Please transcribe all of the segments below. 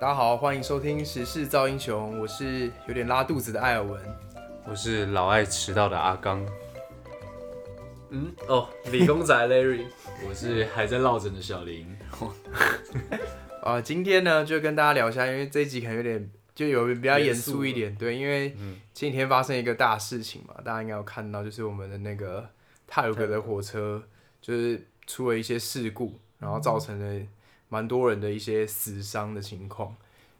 大家好，欢迎收听《时事造英雄》，我是有点拉肚子的艾尔文。我是老爱迟到的阿刚，嗯，哦，理工仔 Larry， 我是还在落枕的小林。啊、今天呢就跟大家聊一下，因为这一集可能有点就有比较严肃嗯一点，对，因为前几天发生一个大事情嘛，大家应该有看到，就是我们的那个泰鲁格的火车就是出了一些事故，然后造成了蛮多人的一些死伤的情况。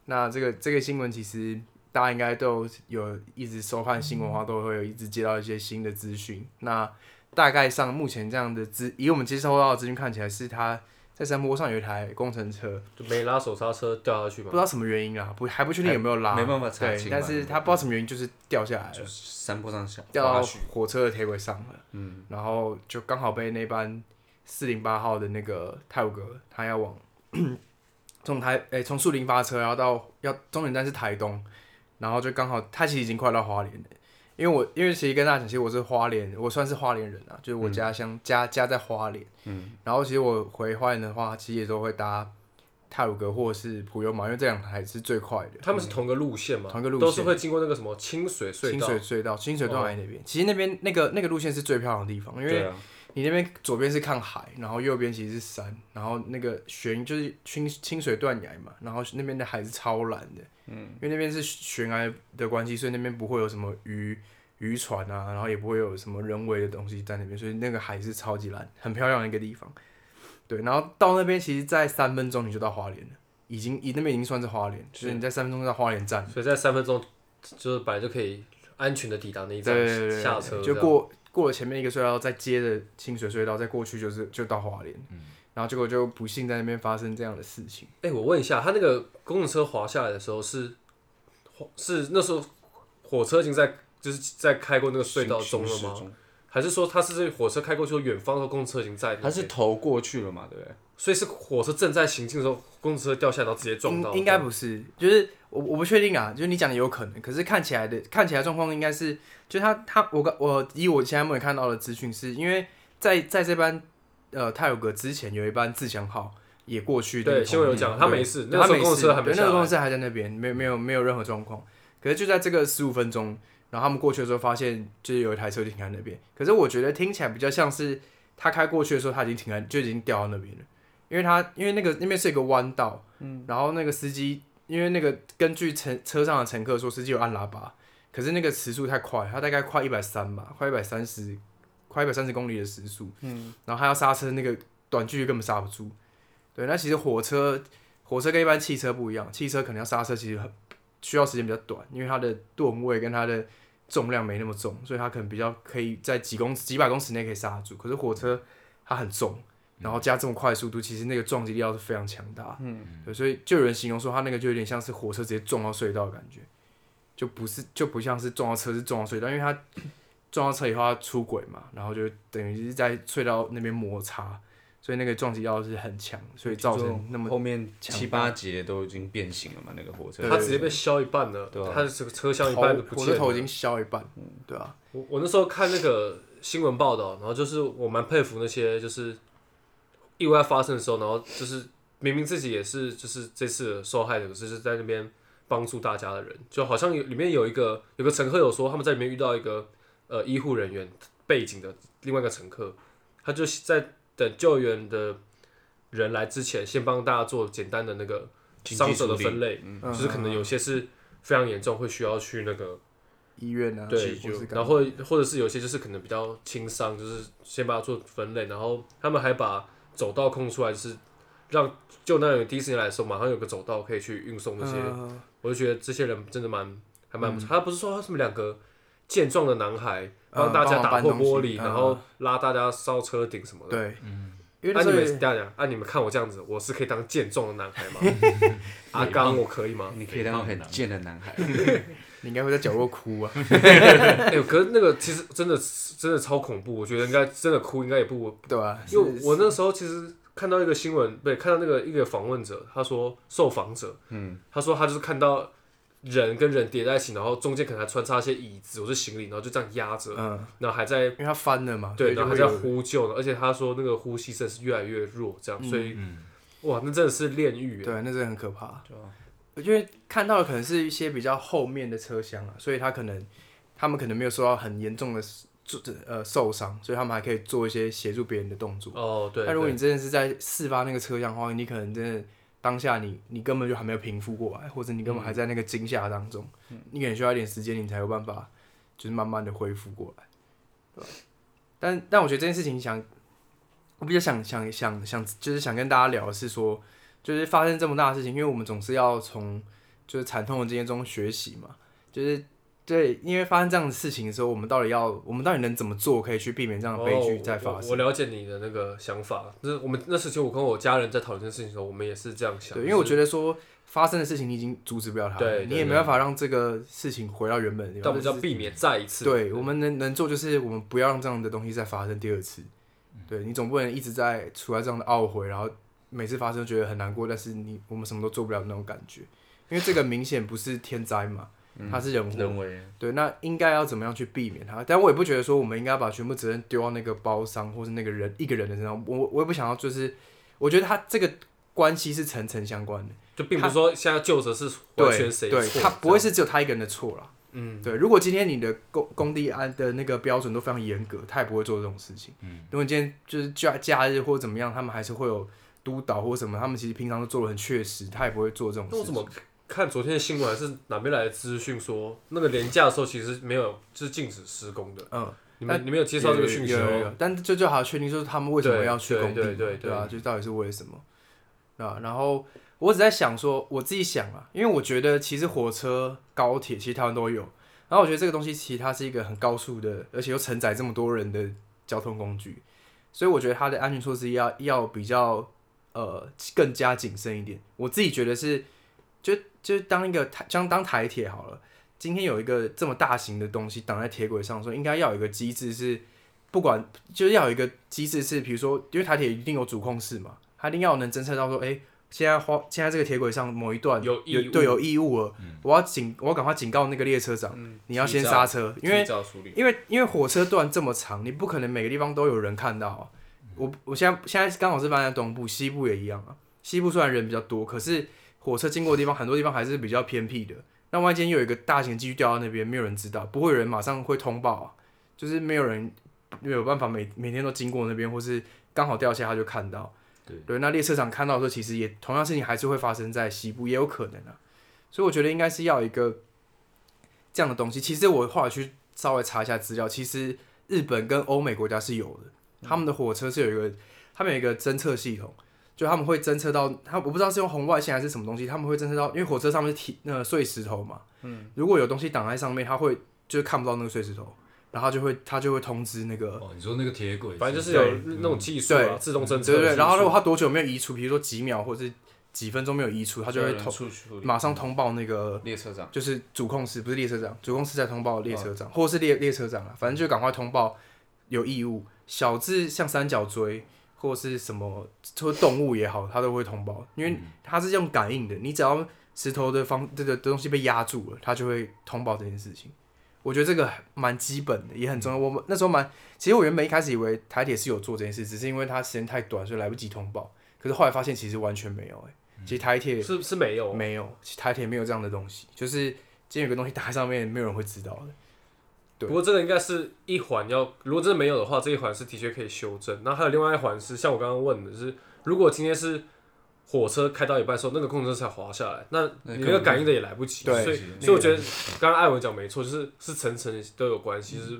那这个这个新闻其实。大家应该都有一直收看新闻的话，都会有一直接到一些新的资讯。那大概上目前这样的资，以我们接收到的资讯看起来，是他在山坡上有一台工程车，就没拉手刹车掉下去不嘛知。道什么原因啊，不还不确定有没有拉，还没办法查对清，吧嗯但是他不知道什么原因就是掉下来了，哎山坡上小掉滑到雪火车的铁轨上了。嗯，然后就刚好被那班四零八号的那个泰晤格，他要往 从台诶从树林发车，然后到要终点站是台东，然后就刚好他其实已经快到花莲了。因为我因为其实跟大家讲，其实我是花莲，我算是花莲人啊，就是我家乡、家家在花莲，嗯，然后其实我回花莲的话，其实也都会搭泰鲁格或者是普悠玛，因为这两台是最快的。他们是同个路线嘛，同个路线都是会经过那个什么清水隧清道，水隧道，清水断崖那边，其实那边那个那个路线是最漂亮的地方，因对为啊，你那边左边是看海，然后右边其实是山，然后那个悬就是清清水断崖嘛，然后那边的海是超蓝的，嗯，因为那边是悬崖的关系，所以那边不会有什么渔渔船啊，然后也不会有什么人为的东西在那边，所以那个海是超级蓝，很漂亮的一个地方。对，然后到那边其实，在三分钟你就到花莲了，已经已那边已经算是花莲，就是你在三分钟就到花莲站了。所以在三分钟就是本来就可以安全的抵达那一站对对对，下车，就过过了前面一个隧道，再接着清水隧道，再过去就是就到华联，嗯然后结果就不幸在那边发生这样的事情。哎、我问一下，他那个公共车滑下来的时候是，是那时候火车已经在就是在开过那个隧道中了行吗？驶中？还是说他是这火车开过去，远方的公共车已经在那边？他是头过去了嘛，对不对？所以是火车正在行进的时候，公共车掉下来，然后直接撞到？应应该不是，就是我我不确定啊，就是你讲的有可能，可是看起来的看起来状况应该是，就是他他我刚我以我现在目前看到的资讯是，因为在在这班呃泰鲁格之前有一班自强号也过去那个对，新闻有讲嗯他没事，对那时他候没公共事车还没对，下那个公来。司还在那边，没有没有没有任何状况。可是就在这个十五分钟，然后他们过去的时候，发现就是有一台车停在那边。可是我觉得听起来比较像是他开过去的时候，他已经停在就已经掉到那边了，因为他因为那个那边是一个弯道，嗯，然后那个司机因为那个根据乘车上的乘客说，司机有按喇叭，可是那个时速太快，他大概快一百三吧，快一百三十，快一百三十公里的时速，嗯，然后他要刹车，那个短距离根本刹不住。对，那其实火车火车跟一般汽车不一样，汽车可能要刹车其实很需要时间比较短，因为它的吨位跟它的重量没那么重，所以它可能比较可以在几公几百公尺内可以刹住。可是火车它很重，然后加这么快的速度，其实那个撞击力道是非常强大。嗯，对，所以就有人形容说它那个就有点像是火车直接撞到隧道的感觉，就不是就不像是撞到车，是撞到隧道，因为它撞到车以后它出轨嘛，然后就等于是在隧道那边摩擦。所以那个撞击力道是很强，所以造成那么后面七八节都已经变形了嘛，那个火车他直接被削一半了，对啊他的这个车头厢一半都火不见车了。头已经削一半，对啊，我我那时候看那个新闻报道，然后就是我蛮佩服那些就是意外发生的时候，然后就是明明自己也是就是这次的受害者，可是就是在那边帮助大家的人，就好像有里面有一个有个乘客有说他们在里面遇到一个呃医护人员背景的另外一个乘客，他就在等救援的人来之前，先帮大家做简单的那个紧急伤者的处理分类，嗯就是可能有些是非常严重，会需要去那个。医院啊，对或是，干然嘛后或或者是有些就是可能比较轻伤，就是先把它做分类，然后他们还把走道空出来，就是让救难员第一时间来的时候，马上有个走道可以去运送那些。嗯我就觉得这些人真的蛮还蛮不错。他不是说他们两个健壮的男孩帮大家嗯帮忙打搬破东西玻璃，嗯然后拉大家烧车顶什么的。对，因为啊，那你时们候大家，啊，你们看我这样子，我是可以当健壮的男孩 吗？阿刚，我可以吗？你可以当很贱的男孩，你应该会在角落哭啊，哎、可是那个其实真的真的超恐怖，我觉得应该真的哭，应该也不对啊，因为我那时候其实看到一个新闻，对，看到那个一个访问者，他说受访者，嗯，他说他就是看到人跟人叠在一起，然后中间可能还穿插一些椅子或是行李，然后就这样压着，嗯，然后还在因为他翻了嘛，对，所以然后还就在会有呼救呢，而且他说那个呼吸声嗯是越来越弱，这样，所以哇，那真的是炼狱耶，啊对，那真的很可怕。我觉得看到的可能是一些比较后面的车厢啊，所以他可能他们可能没有受到很严重的受呃受伤，所以他们还可以做一些协助别人的动作。哦，对，但嗯如果对你真的是在事发那个车厢的话，你可能真的当下你你根本就还没有平复过来，或者你根本嗯还在那个惊吓当中，你可能需要一点时间，你才有办法就是慢慢的恢复过来，对吧但但我觉得这件事情想，我比较想想想想就是想跟大家聊的是说，就是发生这么大的事情，因为我们总是要从就是惨痛的经验中学习嘛，就是。对，因为发生这样的事情的时候，我们到底要，我们到底能怎么做，可以去避免这样的悲剧哦再发我生？我我了解你的那个想法，那我们那时期我跟我家人在讨论这件事情的时候，我们也是这样想。对，因为我就是觉得说发生的事情你已经阻止不了它了，对对你也没对办法让这个事情回到原本的地但方。我们就要就是避免再一次。对，我们能能做就是我们不要让这样的东西再发生第二次。嗯对你总不能一直在处在这样的懊悔，然后每次发生觉得很难过，但是你我们什么都做不了那种感觉，因为这个明显不是天灾嘛，嗯它是人祸。人为对，那应该要怎么样去避免它？但我也不觉得说我们应该把全部责任丢到那个包商或是那个人一个人的身上，我我我也不想要，就是我觉得他这个关系是层层相关的。就并不是说现在就责是完全谁对，错，他不会是只有他一个人的错啦。嗯，对。如果今天你的工工地安的那个标准都非常严格，他也不会做这种事情。嗯，如果你今天就是假假日或怎么样，他们还是会有督导或什么，他们其实平常都做的很确实，他也不会做这种那我事怎情。么看昨天的新闻还是哪边来的资讯说，那个廉价的时候其实没有，就是禁止施工的。嗯，你们你们有接受这个讯息有有有吗？有但这就好确定，就是他们为什么对要去对工地嘛，对对对啊，就到底是为什么？啊，然后我只在想说，我自己想啊，因为我觉得其实火车、高铁其实台湾都有，然后我觉得这个东西其实它是一个很高速的，而且又承载这么多人的交通工具，所以我觉得它的安全措施要要比较呃更加谨慎一点。我自己觉得是，就就当一个台，将当台铁好了。今天有一个这么大型的东西挡在铁轨上的时候，说应该要有一个机制是，不管就是要有一个机制是，比如说，因为台铁一定有主控室嘛，它一定要能侦测到说，哎、现在花现在这个铁轨上某一段有异对有异物了，我要警我要赶快警告那个列车长，你要先刹车，因为提早处理因为因为火车段这么长，你不可能每个地方都有人看到、啊。我我现在现在刚好是搬在东部，西部也一样啊。西部虽然人比较多，可是火车经过的地方很多地方还是比较偏僻的。那万一今天又有一个大型的机遇掉到那边，没有人知道，不会有人马上会通报啊，就是没有人没有办法每每天都经过那边，或是刚好掉下他就看到。对那列车长看到的时候，其实也同样事情还是会发生在西部，也有可能啊。所以我觉得应该是要有一个这样的东西。其实我后来去稍微查一下资料，其实日本跟欧美国家是有的，他们的火车是有一个，他们有一个侦测系统，就他们会侦测到，他我不知道是用红外线还是什么东西，他们会侦测到，因为火车上面是铁那个碎石头嘛，嗯，如果有东西挡在上面，它会就是看不到那个碎石头，然后它就会它就会通知那个哦，你说那个铁轨，反正就是有那种技术嗯啊，对自动侦测嗯对的技术。对对，然后如果它多久没有移除，比如说几秒或者是几分钟没有移除，它就会通处处理嗯马上通报那个列车长。就是主控室，不是列车长，主控室在通报列车长，或是列列车长了，反正就赶快通报有异物，小至像三角锥或是什么，或动物也好，它都会通报，因为它是用感应的，你只要石头的方这个东西被压住了，它就会通报这件事情。我觉得这个蛮基本的，也很重要。我们那时候蛮，其实我原本一开始以为台铁是有做这件事，只是因为它时间太短，所以来不及通报。可是后来发现其实完全没有、欸，其实台铁是是没有，啊没有，台铁没有这样的东西，就是今天有个东西打在上面，没有人会知道的。对不过这个应该是一环要，如果真的没有的话，这一环是的确可以修正。那还有另外一环是，像我刚刚问的是，如果今天是火车开到一半的时候，那个控制车才滑下来，那你那根那个本感应的也来不及。对嗯所以那个所以我觉得刚刚艾文讲没错，就是是层层都有关系，就是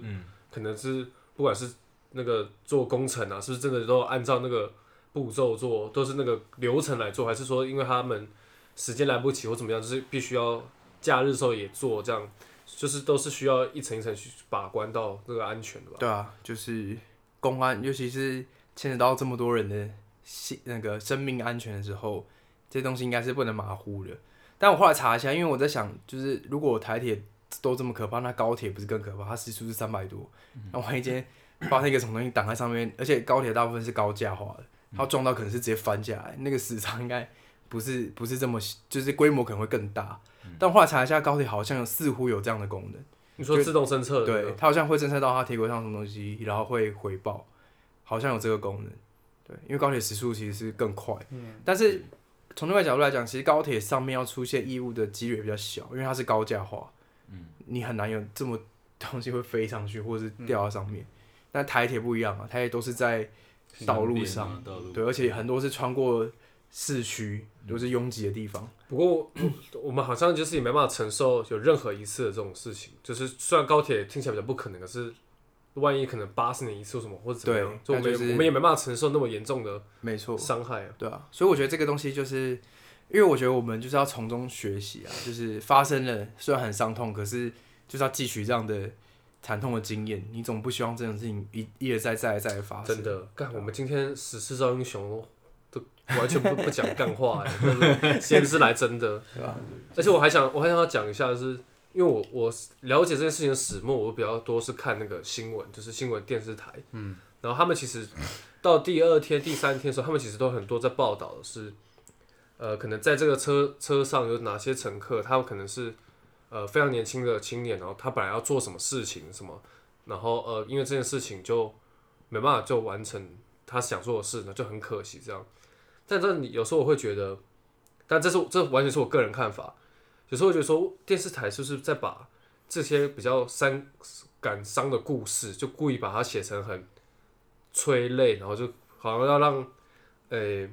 可能是不管是那个做工程啊，是不是真的都按照那个步骤做，都是那个流程来做，还是说因为他们时间来不及或怎么样，就是必须要假日的时候也做这样。就是都是需要一层一层去把关到那个安全的吧。对啊，就是公安，尤其是牵扯到这么多人的性那个生命安全的时候，这东西应该是不能马虎的。但我后来查一下，因为我在想，就是如果台铁都这么可怕，那高铁不是更可怕？它时速是三百多，嗯那万一今天发生一个什么东西挡在上面，而且高铁大部分是高架化的，它嗯撞到可能是直接翻下来，那个死伤应该不是不是这么，就是规模可能会更大。嗯但我后来查一下，高铁好像有似乎有这样的功能。你说自动侦测的那对个，，它好像会侦测到它铁轨上有什么东西，然后会回报，好像有这个功能。对，因为高铁时速其实是更快，但是从另外角度来讲，其实高铁上面要出现异物的几率也比较小，因为它是高架化，嗯，你很难有这么东西会飞上去或是掉到上面。但台铁不一样啊，台铁都是在道路上，嗯道路对，而且很多是穿过市区，都是拥挤的地方。不过我我们好像就是也没办法承受有任何一次的这种事情，就是虽然高铁听起来比较不可能，可是万一可能八十年一次或什么或者怎么样对，就我们也、那就是我们也没办法承受那么严重的没错，伤害啊。对啊，所以我觉得这个东西就是，因为我觉得我们就是要从中学习啊，就是发生了虽然很伤痛，可是就是要汲取这样的惨痛的经验。你总不希望这种事情一一而再再而再的发生。啊真的，干我们今天十四招英雄都完全不不讲干 话、欸，就是先是来真的，对啊吧而且我还想我还想要讲一下就是。因为我我了解这件事情的始末，我比较多是看那个新闻，就是新闻电视台，嗯，然后他们其实到第二天、第三天的时候，他们其实都很多在报道的是，呃，可能在这个车车上有哪些乘客，他们可能是呃非常年轻的青年，然后他本来要做什么事情什么，然后呃因为这件事情就没办法就完成他想做的事呢，就很可惜这样。但这里有时候我会觉得，但这是这完全是我个人看法，有时候我觉得说电视台是不是在把这些比较伤感伤的故事，就故意把它写成很催泪，然后就好像要让呃、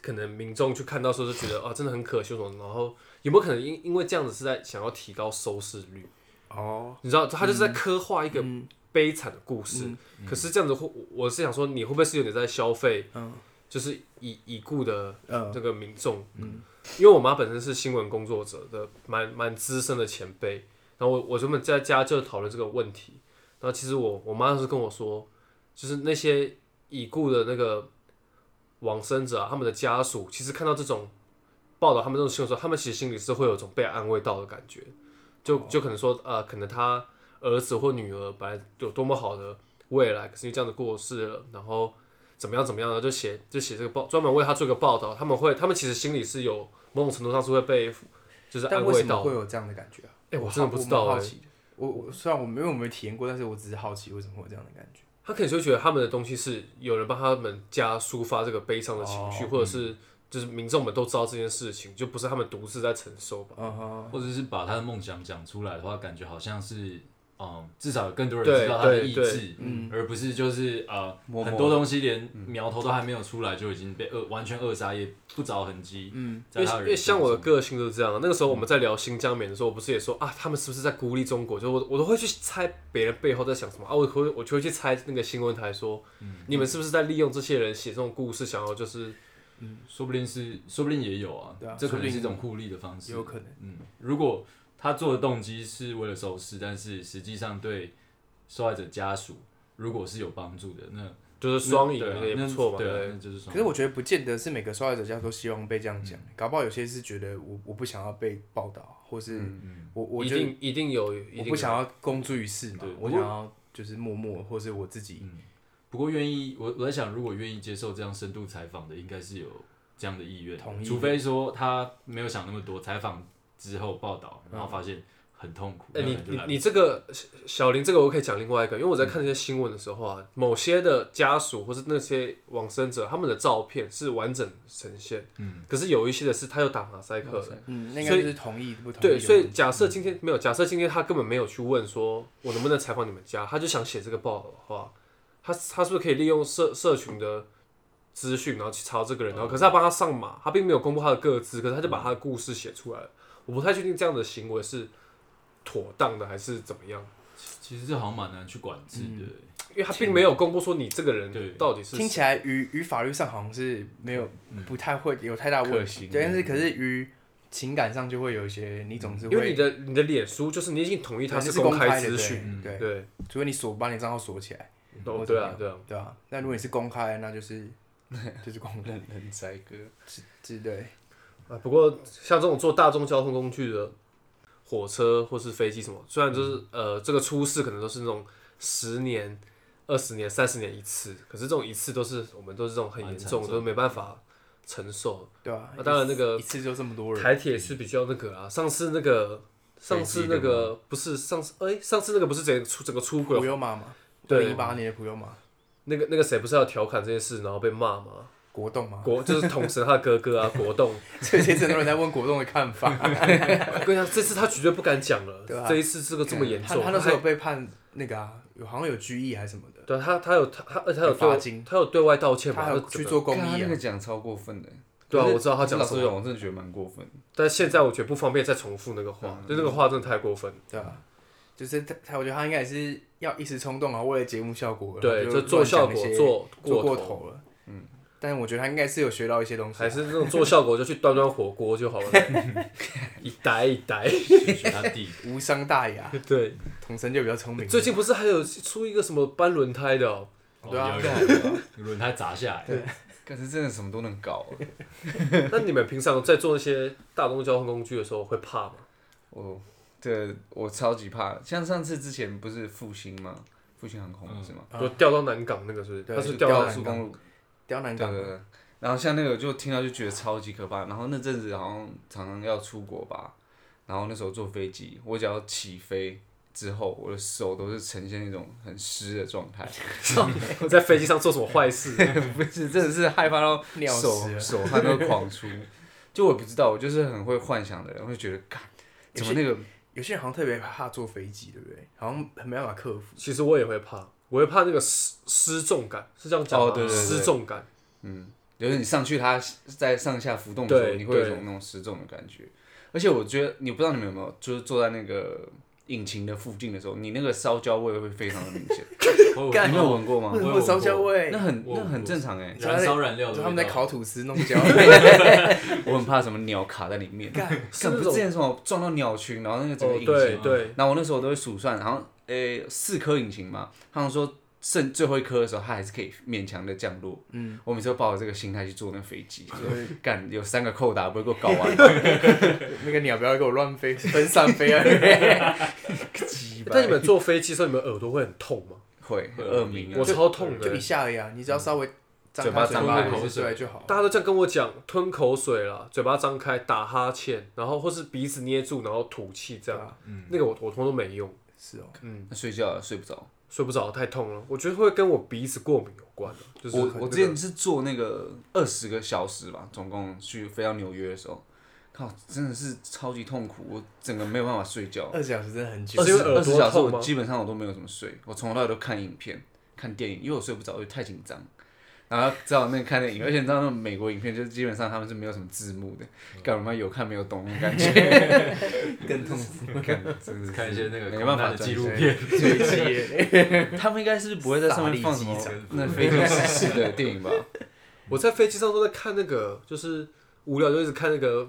可能民众去看到时候就觉得啊真的很可惜什么，然后有没有可能因因为这样子是在想要提高收视率？哦，你知道，他就是在刻画一个悲惨的故事。可是这样子会，我我是想说，你会不会是有点在消费，就是已已故的嗯这个民众？因为我妈本身是新闻工作者的，蛮蛮资深的前辈。然后我我原本在家就讨论这个问题，然后其实我我妈是跟我说，就是那些已故的那个往生者、啊，他们的家属，其实看到这种报道他们这种新闻的时候，他们其实心里是会有一种被安慰到的感觉。哦就就可能说，呃，可能他儿子或女儿本来有多么好的未来，可是因为这样子过世了，然后怎么样怎么样的，就写就写这个报，专门为他做一个报道。他们会，他们其实心里是有某种程度上是会被就是但安为慰什么到会。有这样的感觉啊？哎、我我真的好不知道我蛮哎、好奇的。我我虽然我没有我没体验过，但是我只是好奇为什么会有这样的感觉。他可能就觉得他们的东西是有人帮他们家抒发这个悲伤的情绪，哦或者是嗯就是民众们都知道这件事情，就不是他们独自在承受吧。嗯哼，或者是把他的梦想讲出来的话，感觉好像是，嗯，至少有更多对人知道他的对嗯意对志，而不是就是呃默默很多东西连嗯苗头都还没有出来就已经被扼完全扼杀，也不着痕迹。嗯，因在为他因人为像我的生嗯个性就是这样，啊那个时候我们在聊新疆棉的时候，我不是也说啊，他们是不是在孤立中国？就我我都会去猜别人背后在想什么啊，我会我就会去猜那个新闻台说，嗯你们是不是在利用这些人写这种故事，想要就是中说不定是说不定也有啊，对啊这可说不能定是一种互利的方式，有可能。嗯，如果他做的动机是为了收视，但是实际上对受害者家属如果是有帮助的，那就是双赢对啊那也不那错嘛，对对啊，那就是双可是我觉得不见得是每个受害者家都希望被这样嗯讲，搞不好有些是觉得我我不想要被报道，或是嗯我我一觉得定一定有，一我定不有想要公诸于世嘛对，我不过想要就是默默或是我自己，不过愿意，我我在想，如果愿意接受这样深度采访的，应该是有这样的意愿，同意除非说他没有想那么多，采访之后报道，然嗯后发现很痛苦，哎、那你可能就你懒你这个小小林这个我可以讲另外一个，因为我在看那些新闻的时候啊，某些的家属或是那些往生者，他们的照片是完整呈现，嗯，可是有一些的是他有打马赛克的，嗯，那应该就是同意不同意的对，问题。所以假设嗯今天没有，假设今天他根本没有去问说，我能不能采访你们家，他就想写这个报道的话，他他是不是可以利用社社群的资讯，然后去查这个人，嗯然后可是他帮他上马，他并没有公布他的个资，可是他就把他的故事写出来了。我不太确定这样的行为是妥当的还是怎么样，其实这好像蛮难去管制的，因为他并没有公布说你这个对人到底是听起来于于法律上好像是没有不太会有太大问可题行，对但是可是于情感上就会有一些，你总是因为会你的你的脸书就是你已经同意它对那公开的资对嗯讯，对，对，除非你锁把你账号锁起来，哦或对怎么啊样对啊，对啊，那如果你是公开，那就是就是公开，人人宰割。是是对，啊，不过像这种坐大众交通工具的火车或是飞机什么，虽然就是、嗯呃这个出事可能都是那种十年、二十年、三十年一次，可是这种一次都是我们都是这种很蛮严惨重，重都没办法承受。对啊啊，当然那个一次就这么多人，台铁是比较那个啊，上次那个上次那个不是上次哎、上次那个不是整个出整个出轨普悠玛嘛，对零八年的普悠玛，那个那个谁不是要调侃这件事，然后被骂吗？国栋吗？国就是统神他的哥哥啊，国栋。 这些很多人在问国栋的看法，我跟你讲，这次他绝对不敢讲了。对啊啊这一次这个这么严重，他他那时候还有被判那个啊，有好像有拘役还是什么的，对啊他他有他他而且他有有罚对金他有对外道歉嘛？他还有那整去个做公干他益那啊个。讲超过分的欸。对啊可是我知道他讲老什实么讲，我真的觉得蛮过分的。但现在我觉得不方便再重复那个话，嗯就那个话真的太过分了。对啊，就是他，他我觉得他应该也是要一时冲动啊，为了节目效果，对，然后就就做效果乱讲一些做做过过头，了。嗯，但我觉得他应该是有学到一些东西啊还。是那种做效果就去端端火锅就 好了，一呆一呆。嗯学学 他弟，无伤大雅，对，童生就比较聪明。最近不是还有出一个什么搬轮胎的哦、哦对啊有有有有轮胎砸下来，可是真的什么都能搞啊，那你们平常在做那些大众交通工具的时候会怕吗？我这我超级怕的。像上次之前不是复兴吗？复兴航空是吗？啊就掉到南港那个是不是？对嗯他是就掉掉到到高南速港公路，刁难对港对对。然后像那个，我就听到就觉得超级可怕。然后那阵子好像常常要出国吧，然后那时候坐飞机，我只要起飞之后，我的手都是呈现一种很湿的状态，我在飞机上做什么坏事？ 不是，真的是害怕到尿湿手了手汗都狂出。 就我不知道，我就是很会幻想的人，会觉得干怎么那个有些人好像特别怕坐飞机，对不对？好像很没办法克服。其实我也会怕，我会怕那个失失重感，是这样讲吗？哦对对对失重感，就是你上去它在上下浮动的时候，对你会有一对种那种失重的感觉。而且我觉得，你不知道你们有没有，就是坐在那个引擎的附近的时候，你那个烧焦味会非常的明显。我干你有闻过吗为？什我有么闻烧焦过味那？很我那很正常哎、你知道燃在烧燃料的味就道，他们在烤吐司弄焦。我很怕什么鸟卡在里面。干是不那是之种前什么撞到鸟群，然后那个整个哦引，对擎，对，然后我那时候都会数算，然后呃四颗引擎嘛，他们说剩最后一颗的时候，它还是可以勉强的降落。嗯，我每次都抱着这个心态去坐那飞 机，就是干有三个扣打不会给我搞完。那个鸟不要给我乱飞，分散飞啊！ 但你们坐飞机的时候，你们耳朵会很痛 吗？会会耳鸣啊我，超痛就的一，下而已啊，你只要稍微张嘴巴开张巴开口口水水就好。大家都这样跟我讲，吞口水啦，嘴巴张开，打哈欠，然后或是鼻子捏住，然后吐气这对样，那个我我通都没用，是哦，那睡觉了睡不着。睡不着，太痛了。我觉得会跟我鼻子过敏有关啊就是我那我个之前是坐那个二十个小时吧，总共去飞到纽约的时候，靠，真的是超级痛苦，我整个没有办法睡觉。二十小时真的很久二是因十为耳朵二十小时痛吗我基本上我都没有怎么睡，我从头到尾都看影片、看电影，因为我睡不着，我就太紧张。然后只好那个看电影，而且你知道那种美国影片，就是基本上他们是没有什么字幕的，干嘛有看没有懂那种感觉，更 痛苦。看真的是看一些那个没办空法难的纪专录心 片，飞机耶，他们应该是不会在上面放什么萨利机场那飞机失事的电影吧？我在飞机上都在看那个，就是无聊就一直看那个，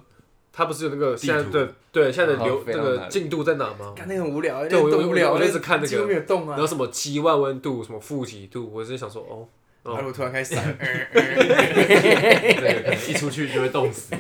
他不是有那个地现在图对对现在的流好飞那到哪个里进度在哪吗？看那个很无聊，那对我个动不了，我就一直看那个几乎没有动然啊后。什么几万温度，什么负几度，我就想说哦，然后我突然开始闪，对，可能一出去就会冻死。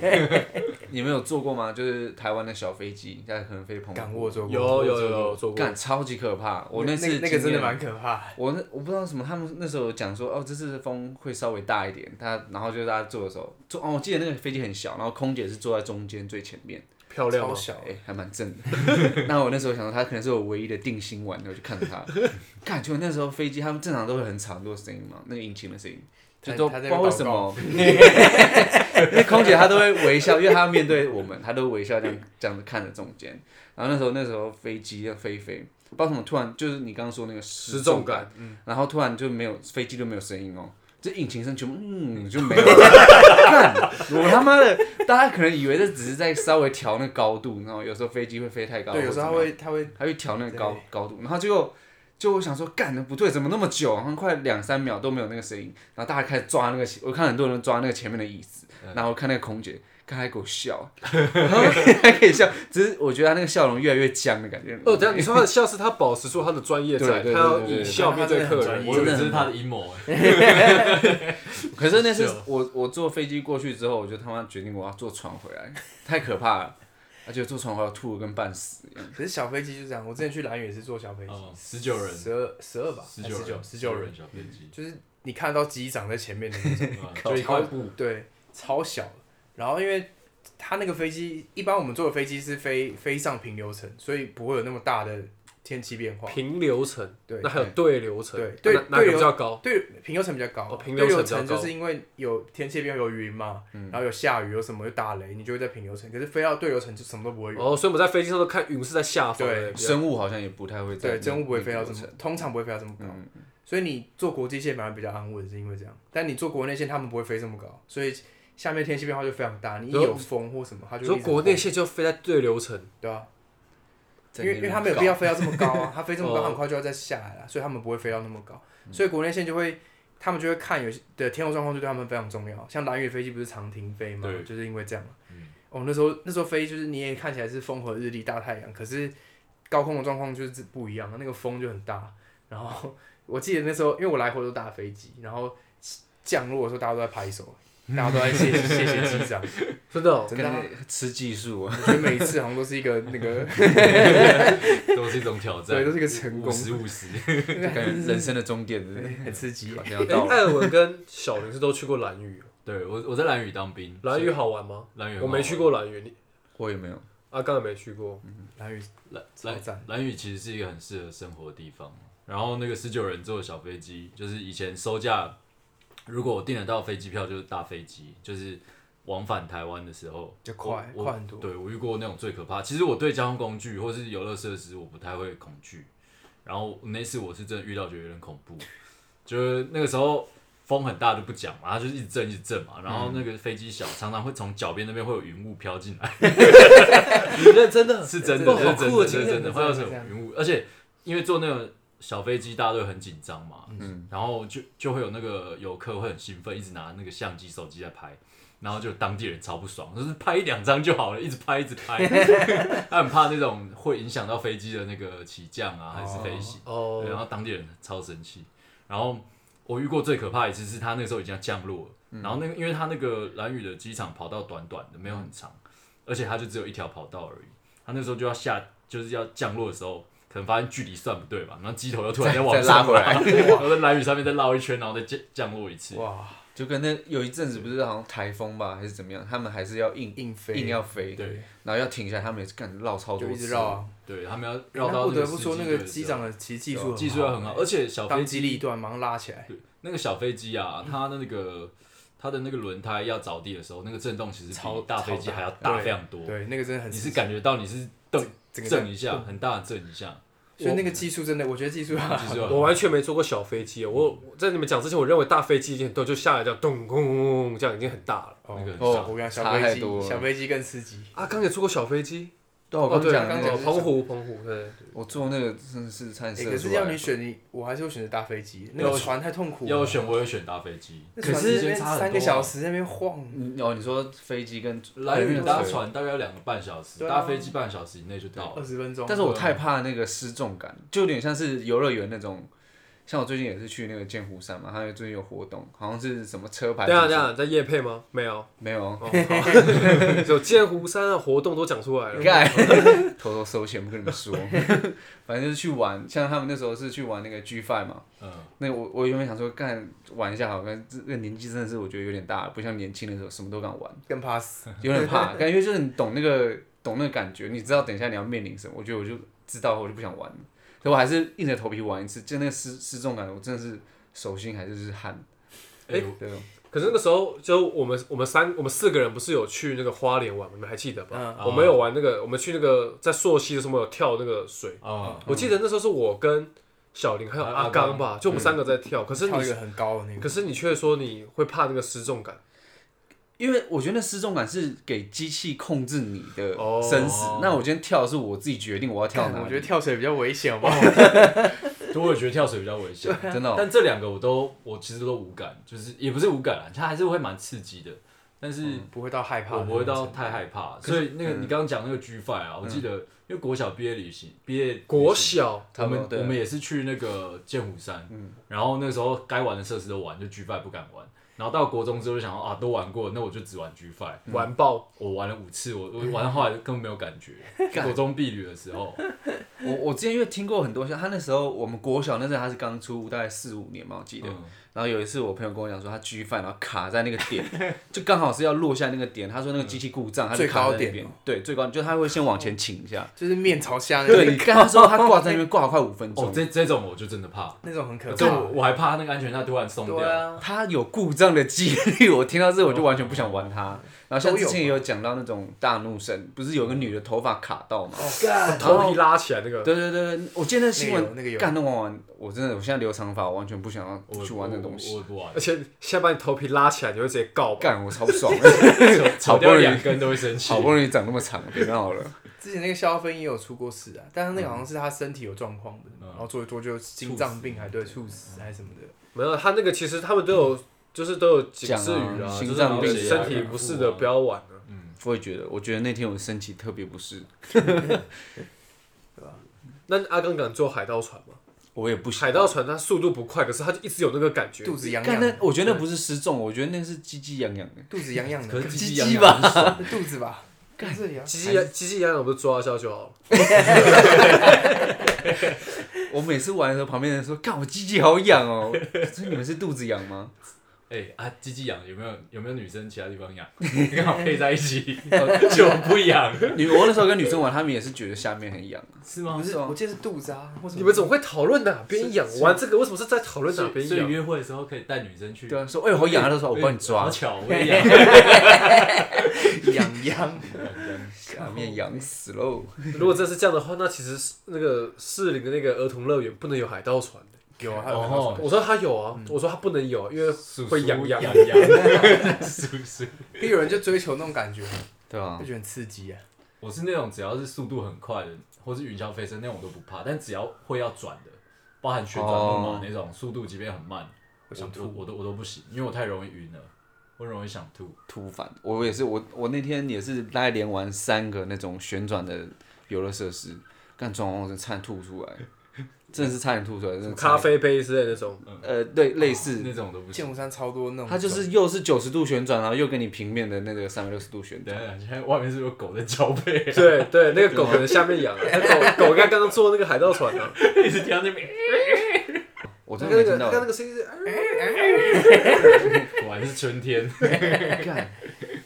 你们有坐过吗？就是台湾的小飞机，在可能飞澎湖，敢握坐过，有有有有做过，干超级可怕。我那次经验那个真的蛮可怕。我那我不知道什么，他们那时候有讲说哦，这次的风会稍微大一点，他然后就是大家坐的时候坐哦，我记得那个飞机很小，然后空姐是坐在中间最前面，漂亮吗超？小哎、还蛮正的。 那我那时候想说，他可能是我唯一的定心丸，我就看着他， 感觉那时候飞机他们正常都会很吵很多声音嘛，那个引擎的声音。就都不他他在知道那边为什么， 那空姐她都会微笑，因为她面对我们，她都微笑这样这样子看着中间。然后那时候那时候飞机要飞一飞，不知道怎么突然就是你刚刚说那个失失重重感，然后突然就没有飞机就没有声音哦，这引擎声全部嗯就没有了。 看我他妈的，大家可能以为这只是在稍微调那高度，然后有时候飞机会飞太高，对，有时候他或者会他会怎么样它会调那个高高度，然后结果就我想说，干的不对，怎么那么久，好像快两三秒都没有那个声音，然后大家开始抓那个，我看很多人抓那个前面的椅子，嗯然后我看那个空姐。看她还给我笑， 然后还可以笑，只是我觉得她那个笑容越来越僵的感觉。哦，等一下你说他的笑是他保持住他的专业在，对对他要对对以对笑面对客他真的很专人业。我以为这是他的阴谋，哎可是那是次哦我我坐飞机过去之后，我就他妈决定我要坐船回来， 太可怕了，而且坐船回来吐的跟半死一样。可是小飞机就这样，我之前去兰屿也是坐小飞机，嗯，十九人，十二十二吧，十还是九九人，哎十九人，小飞机，就是你看得到机长在前面的那种，嗯就一块布，对，超小的。然后因为它那个飞机，一般我们坐的飞机是飞飞上平流层，所以不会有那么大的天气变化。平流层，对那还有对流层，对对那哪个对比较高？对，平流层比较高。哦平对流流层比较就高嗯是因为有天气变化有云嘛，然后有下雨有什么有打雷，你就会在平流层。可是飞到对流层就什么都不会有。哦，所以我们在飞机上都看云是在下方的，对比较生物好像也不太会在对，真物不会飞到这那么个，通常不会飞到这么高。嗯所以你做国际线反而比较安稳，是因为这样。但你做国内线，他们不会飞这么高，所以下面天气变化就非常大。你一然后有风或什么，它就所一以直国内晃线就飞在对流层，对啊，在因那为因边为他没有必要搞飞到这么高啊，他飞这么高哦很快就要再下来了，所以他们不会飞到那么高。所以国内线就会，他们就会看有些的天候状况，就对他们非常重要。像蓝宇飞机不是常停飞嘛，对就是因为这样嘛。哦，那时候那时候飞就是你也看起来是风和日丽大太阳，可是高空的状况就是不一样，那个风就很大。然后 我记得那时候，因为我来回都搭飞机，然后降落的时候大家都在拍手，大家都在谢谢谢谢机长，真的哦、真的啊、跟吃 技术啊，我觉得每一次好像都是一个那个，都是一种挑战，对，都是一个成五功，十五十， 感觉人生的终点对很刺激好。像要哎到了。艾尔文跟小林是都去过蓝 屿，对我我在蓝屿当兵，蓝屿好玩吗？蓝屿很我好玩没去过蓝屿，你我也没有，阿刚也没去过，蓝宇蓝超蓝赞蓝屿其实是一个很适合生活的地方。然后那个十九人座的小飞机，就是以前收价，如果我订得到飞机票，就是大飞机，就是往返台湾的时候就快我我快很多对我遇过那种最可怕。其实我对交通工具或是游乐设施我不太会恐惧，然后那次我是真的遇到觉得有点恐 怖，就是那个时候风很大就不讲嘛，它就是一直震一直震嘛，然后那个飞机小，常常会从脚边那边会有云雾飘进来。你认真的？是真哇的，好是真酷的，的经是真验的，会有什么云雾？而且因为坐那种小飞机，大家都会很紧张嘛，嗯，然后就就会有那个游客会很兴奋，一直拿那个相机、手机在拍，然后就当地人超不爽， 就是拍一两张就好了，一直拍一 直拍，他很怕那种会影响到飞机的那个起降啊，还是飞行，哦对，啊然后当地人超生气，然后我遇过最可怕一次是他那时候已经要降落了，嗯然后那个因为他那个蓝雨的机场跑道短短的，没有很长，而且它就只有一条跑道而已。他那时候就要下，就是要降落的时候，可能发现距离算不对吧，然后机头又突然间往再上拉回来，然后在蓝雨上面再绕一圈，然后再降降落一次。哇， 就跟那有一阵子不是好像台风吧，还是怎么样，他们还是要硬硬飞硬要飞，对，然后要停下来，他们也是干绕超就多一次直绕，啊。对他们要绕那到不得司不机说，那队个的时机候长的其实技术技术要很好，而且小飞当机机立断，马上拉起来。对，那个小飞机啊，它的那个它的那个轮胎要着地的时候，那个震动其实超比大飞机超大还要大对非常多。对，那个真的很你刺激，是感觉到你是动整个震一下，很大的震一下，所以那个技术真的，我觉得技术其实我完全没坐过小飞机，哦我我在你们讲之前，我认为大飞机已经很多，就下来这样咚咚咚咚，这样已经很大了。哦那个哦，我跟你讲，小差飞太多机，了小飞机更刺激。阿刚也坐过小飞机，对啊，我刚哦对刚讲刚那哦刚个讲，澎湖澎湖对，我做那个真的是差点欸射可出是要来你。选，你我还是会选择搭飞机，那个船太痛苦了。要选我也选大飞机，啊那可船是在那边三个小时在那边晃，你哦，你说飞机跟呃来很回远搭的船大概要两个半小时，对啊搭飞机半小时以内就到二了。十分钟。但是我太怕那个失重感，就有点像是游乐园那种。像我最近也是去那个剑湖山嘛，它最近有活动，好像是什么车牌等一下啊比等一赛，下，啊在夜配吗？没有， 没有，啊哦，好有剑湖山的活动都讲出哦来了，盖， 偷偷收钱不跟你们说， 反正就是去玩，像他们那时候是去玩那个 G Five 嘛，嗯，那我我原本想说干玩一下好，但这个年纪真的是我觉得有点大了，不像年轻的时候什么都敢玩，更怕死。 有点怕，感觉就是你懂那个懂那个感觉，你知道等一下你要面临什么，我觉得我就知道我就不想玩了，所以我还是硬着头皮玩一次，就那个失失重感，我真的是手心还是是汗，哎，对，可是那个时候，就我们我们三我们四个人不是有去那个花莲玩吗，你们还记得吧？啊嗯哦我们有玩那个，我们去那个在溯溪的时候，我们有跳那个水。啊，我记得那时候是我跟小林还有啊阿刚吧，就我们三个在跳。可是跳一个你，很高的那个，可是你却说你会怕那个失重感。因为我觉得那失重感是给机器控制你的哦生死，那我今天跳的是我自己决定我要跳干哪里，我觉得跳水比较危险，好不好？就我也觉得跳水比较危险，啊真的哦、但这两个我都我其实都无感，就是也不是无感啊，它还是会蛮刺激的，但是不会到害怕的我那种程度，不会到太害怕。所以那嗯个你刚刚讲那个 G Five 啊，我记得因为国小毕业旅行，毕业旅行国小差我不多们对嗯我们也是去那个剑湖山，然后那时候该玩的设施都玩，就 G Five 不敢玩。然后到国中之后就想说啊，都玩过，那我就只玩 G Five。嗯玩爆，我玩了五次，我我玩到后来根本没有感 觉。国中避旅的时候，我我之前因为听过很多，像他那时候我们国小那时候他是刚出大概四五年嘛，我记得。嗯然后有一次我朋友跟我讲说他 G 饭，然后卡在那个点， 就刚好是要落下那个点。他说那个机器故障，他就最卡高在那点哦边。对，最高点就他会先往前倾一下，就是面朝下那对，种，你看他说他挂在那边 挂了快五分哦钟，，这这种我就真的怕，那种很可这我怕。我还怕那个安全带突然松对掉。啊，他有故障的几率，我听到这我就完全不想玩哦他。然后像之前也有讲到那种大怒神，不是有个女的头发卡到吗？哦头皮拉起来那个，对对对，对我记得那新那个有闻那个有干弄完完，我真的我现在留长发，我完全不想要我去玩那个东我西，我 不玩 而，且现在把你头皮拉起来，你会直接告吧？干我超不 爽的，扯好不掉容易两根都会生气好。不容易长那么长，别闹了。之前那个肖芬也有出过事啊，但他那个好像是他身体有状况的，嗯然后做一做就心脏病还对猝死还是什么的。没有，他那个其实他们都有，就是都有警示语讲啊就心是脏你病身体不适的不啊要玩了。我也觉得，我觉得那天我身体特别不适，那阿刚敢坐海盗船吗？我也不喜海欢。盗船它速度不快，可是它就一直有那个感觉。肚子痒干痒那的，我觉得那不是失重，我觉得那是鸡鸡痒痒的。肚子痒痒可的，啊是鸡鸡鸡鸡吧，很 爽肚子吧，干这里啊，鸡鸡痒鸡鸡痒痒不是抓一下就好了？我每次玩的时候，旁边人说：“干，我鸡鸡好痒哦。”所以你们是肚子痒吗？哎啊，鸡鸡痒有没有？有没有女生其他地 方痒？刚好配在一起就不痒，女我那时候跟女生玩，她们也是觉得下面很痒。是吗不？是，是吗我记得是肚子啊，为什么你们怎么会讨论哪边痒是？是玩这个为什么是在讨论所哪以边所以痒？约会的时候可以带女生去。对啊，说：“哎、好痒啊！”她说：“ 我帮你抓好。巧，我也痒。痒痒？”下面痒死喽！如果真是这样的话，那其实是那个士林的那个儿童乐园不能有海盗船的。有啊，还有海盗船哦，我说他有啊，我说他不能有啊，因为 会痒痒痒 痒，叔叔。因为有人就追求那种感觉，对啊就，觉得很刺激啊。我是那种只要是速度很快的，或是云霄飞车那种我都不怕，但只要会要转的，包含旋转木哦马那种，速度即便很慢，我我想都吐我都我都不行，因为我太容易晕了，我容易想吐。突反，我也是，我我那天也是大概连玩三个那种旋转的游乐设施，干转完我真的差点吐出来， 真的是差点吐出来，真的差咖点。啡哦杯之类的那种。呃，对，类似那种我都不行。剑湖山超多那种，它就是又是九十度旋转，然后又跟你平面的那个三百六十度旋等转。一下，现在外面是不是有狗在交配、 啊，对对，那个狗可能下面痒啊，那狗狗应该刚刚坐那个海盗船啊，一直听到那边，我真那的没个听那到。个那个声音是，果然是春天。哎干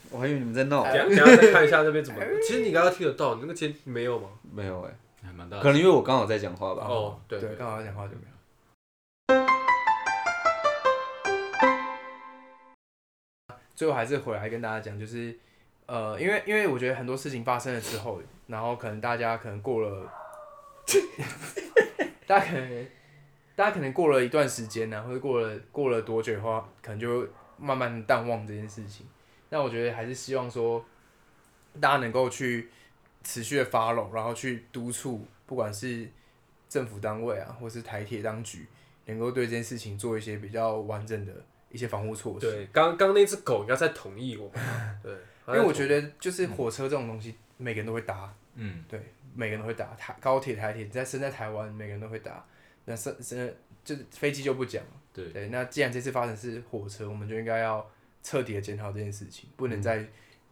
我还以为你们在闹等，下等下再看一下那边怎么。其实你刚刚听得到，你那个监没有吗？没有哎、还蛮大的可能因为我刚好在讲话吧。哦，对对，刚好讲话就没有。最后还是回来跟大家讲，就是呃，因为因为我觉得很多事情发生了之后，然后可能大家可能过了， 大家可能大家可能过了一段时间呢、或者过了过了多久的话，可能就慢慢地淡忘这件事情。那我觉得还是希望说，大家能够去持续的 follow，然后去督促，不管是政府单位啊，或是台铁当局，能够对这件事情做一些比较完整的一些防护措施。对，刚刚那只狗应该在同意 我们，对，因为我觉得就是火车这种东西，每个人都会搭，嗯，对，每个人都会搭。台高铁、台铁，你在身在台湾，每个人都会搭。那身身就是飞机就不讲了，对对。那既然这次发生是火车，我们就应该要彻底的检讨这件事情，不能嗯再、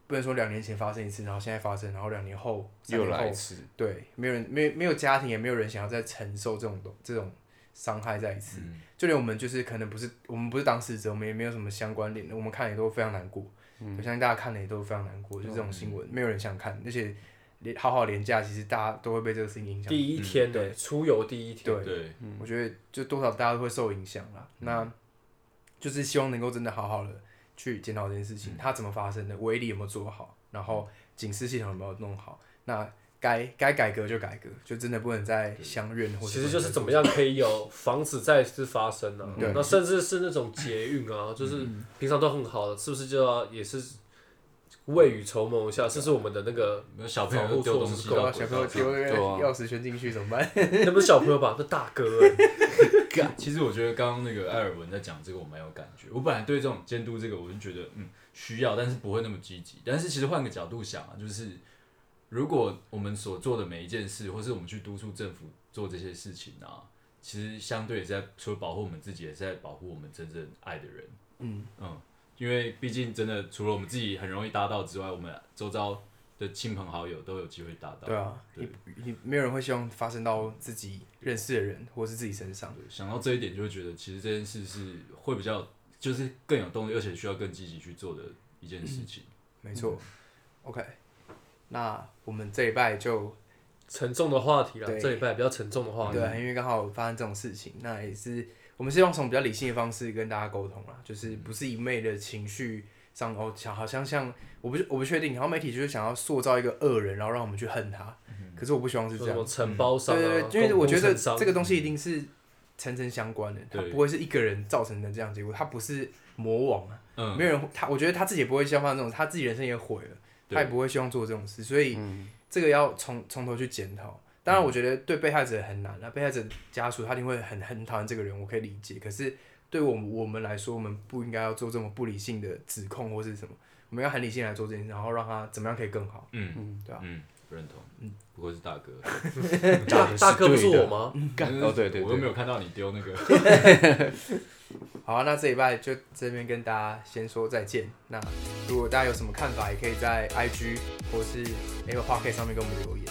不能说两年前发生一次，然后现在发生，然后两年后三又年来后一次，对，没有人，没有没有家庭，也没有人想要再承受这种东这种伤害再一次。嗯就连我们就是可能不是我们不是当事者，我们也没有什么相关联的，我们看也都非常难过。嗯我相信大家看了也都非常难过，就这哦种新闻，没有人想看，而且连好好廉价，其实大家都会被这个事情影响。第一天呢，出游第一天，嗯对对，我觉得就多少大家都会受影响啦。那就是希望能够真的好好的去检讨这件事情，它怎么发生的，威力有没有做好，然后警示系统有没有弄好，那该该改革就改革，就真的不能再相怨或者其实就是怎么样可以有防止再次发生嗯呢、啊？那甚至是那种捷运啊，就是平常都很好的，是不是就要也是未雨绸缪一下？是不是我们的那个有小朋友丢东西对到啊轨小朋道友上。丢那个对啊钥匙圈进去怎么办？那不是小朋友吧？那大哥、欸，其实我觉得刚刚那个艾尔文在讲这个，我蛮有感觉。我本来对这种监督这个，我就觉得嗯需要，但是不会那么积极。但是其实换个角度想啊，就是如果我们所做的每一件事，或是我们去督促政府做这些事情啊，其实相对也是在除了保护我们自己，也是在保护我们真正爱的人。嗯嗯，因为毕竟真的除了我们自己很容易搭到之外，我们啊周遭的亲朋好友都有机会搭 到。对啊，你你没有人会希望发生到自己认识的人或是自己身上。对想到这一点，就会觉得其实这件事是会比较，就是更有动力，而且需要更积极去做的一件事情。嗯没错、o k 那我们这一拜就沉重的话题啦，对这礼拜比较沉重的话题对，，啊因为刚好发生这种事情，那也是我们希望从比较理性的方式跟大家沟通啦，就是不是一昧的情绪上哦，想好像像我不我不确定，然后媒体就是想要塑造一个恶人，然后让我们去恨他，嗯可是我不希望是说这什样么，承包商对对啊，对，因为公我觉公得承商这个东西一定是层层相关的，它对不会是一个人造成的这样结果，他不是魔王啊，嗯，没有人他，我觉得他自己也不会像发生这种，他自己人生也毁了，对他也不会希望做这种事，所以这个要从从头去检讨。当嗯然，我觉得对被害者很难啊，被害者家属他一定会很很讨厌这个人，我可以理解。可是对我们我们来说，我们不应该要做这么不理性的指控或是什么，我们要很理性来做这件事，然后让他怎么样可以更好。嗯，对啊嗯，不认同，嗯，不过是大哥，大大哥不是我吗？ 干哦对对我又没对，有看到你 丢那个，好啊、那这礼拜就这边跟大家先说再见。那如果大家有什么看法，也可以在 IG 或是 Apple Podcast 上面给我们留言。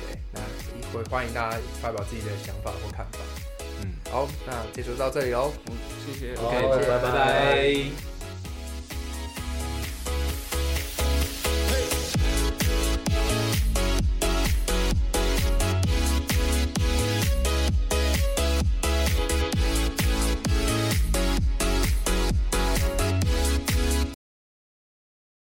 对，那也会欢迎大家发表自己的想法或看法。嗯，好，那这就到这里喽。嗯谢谢。好 OK，谢谢拜拜拜。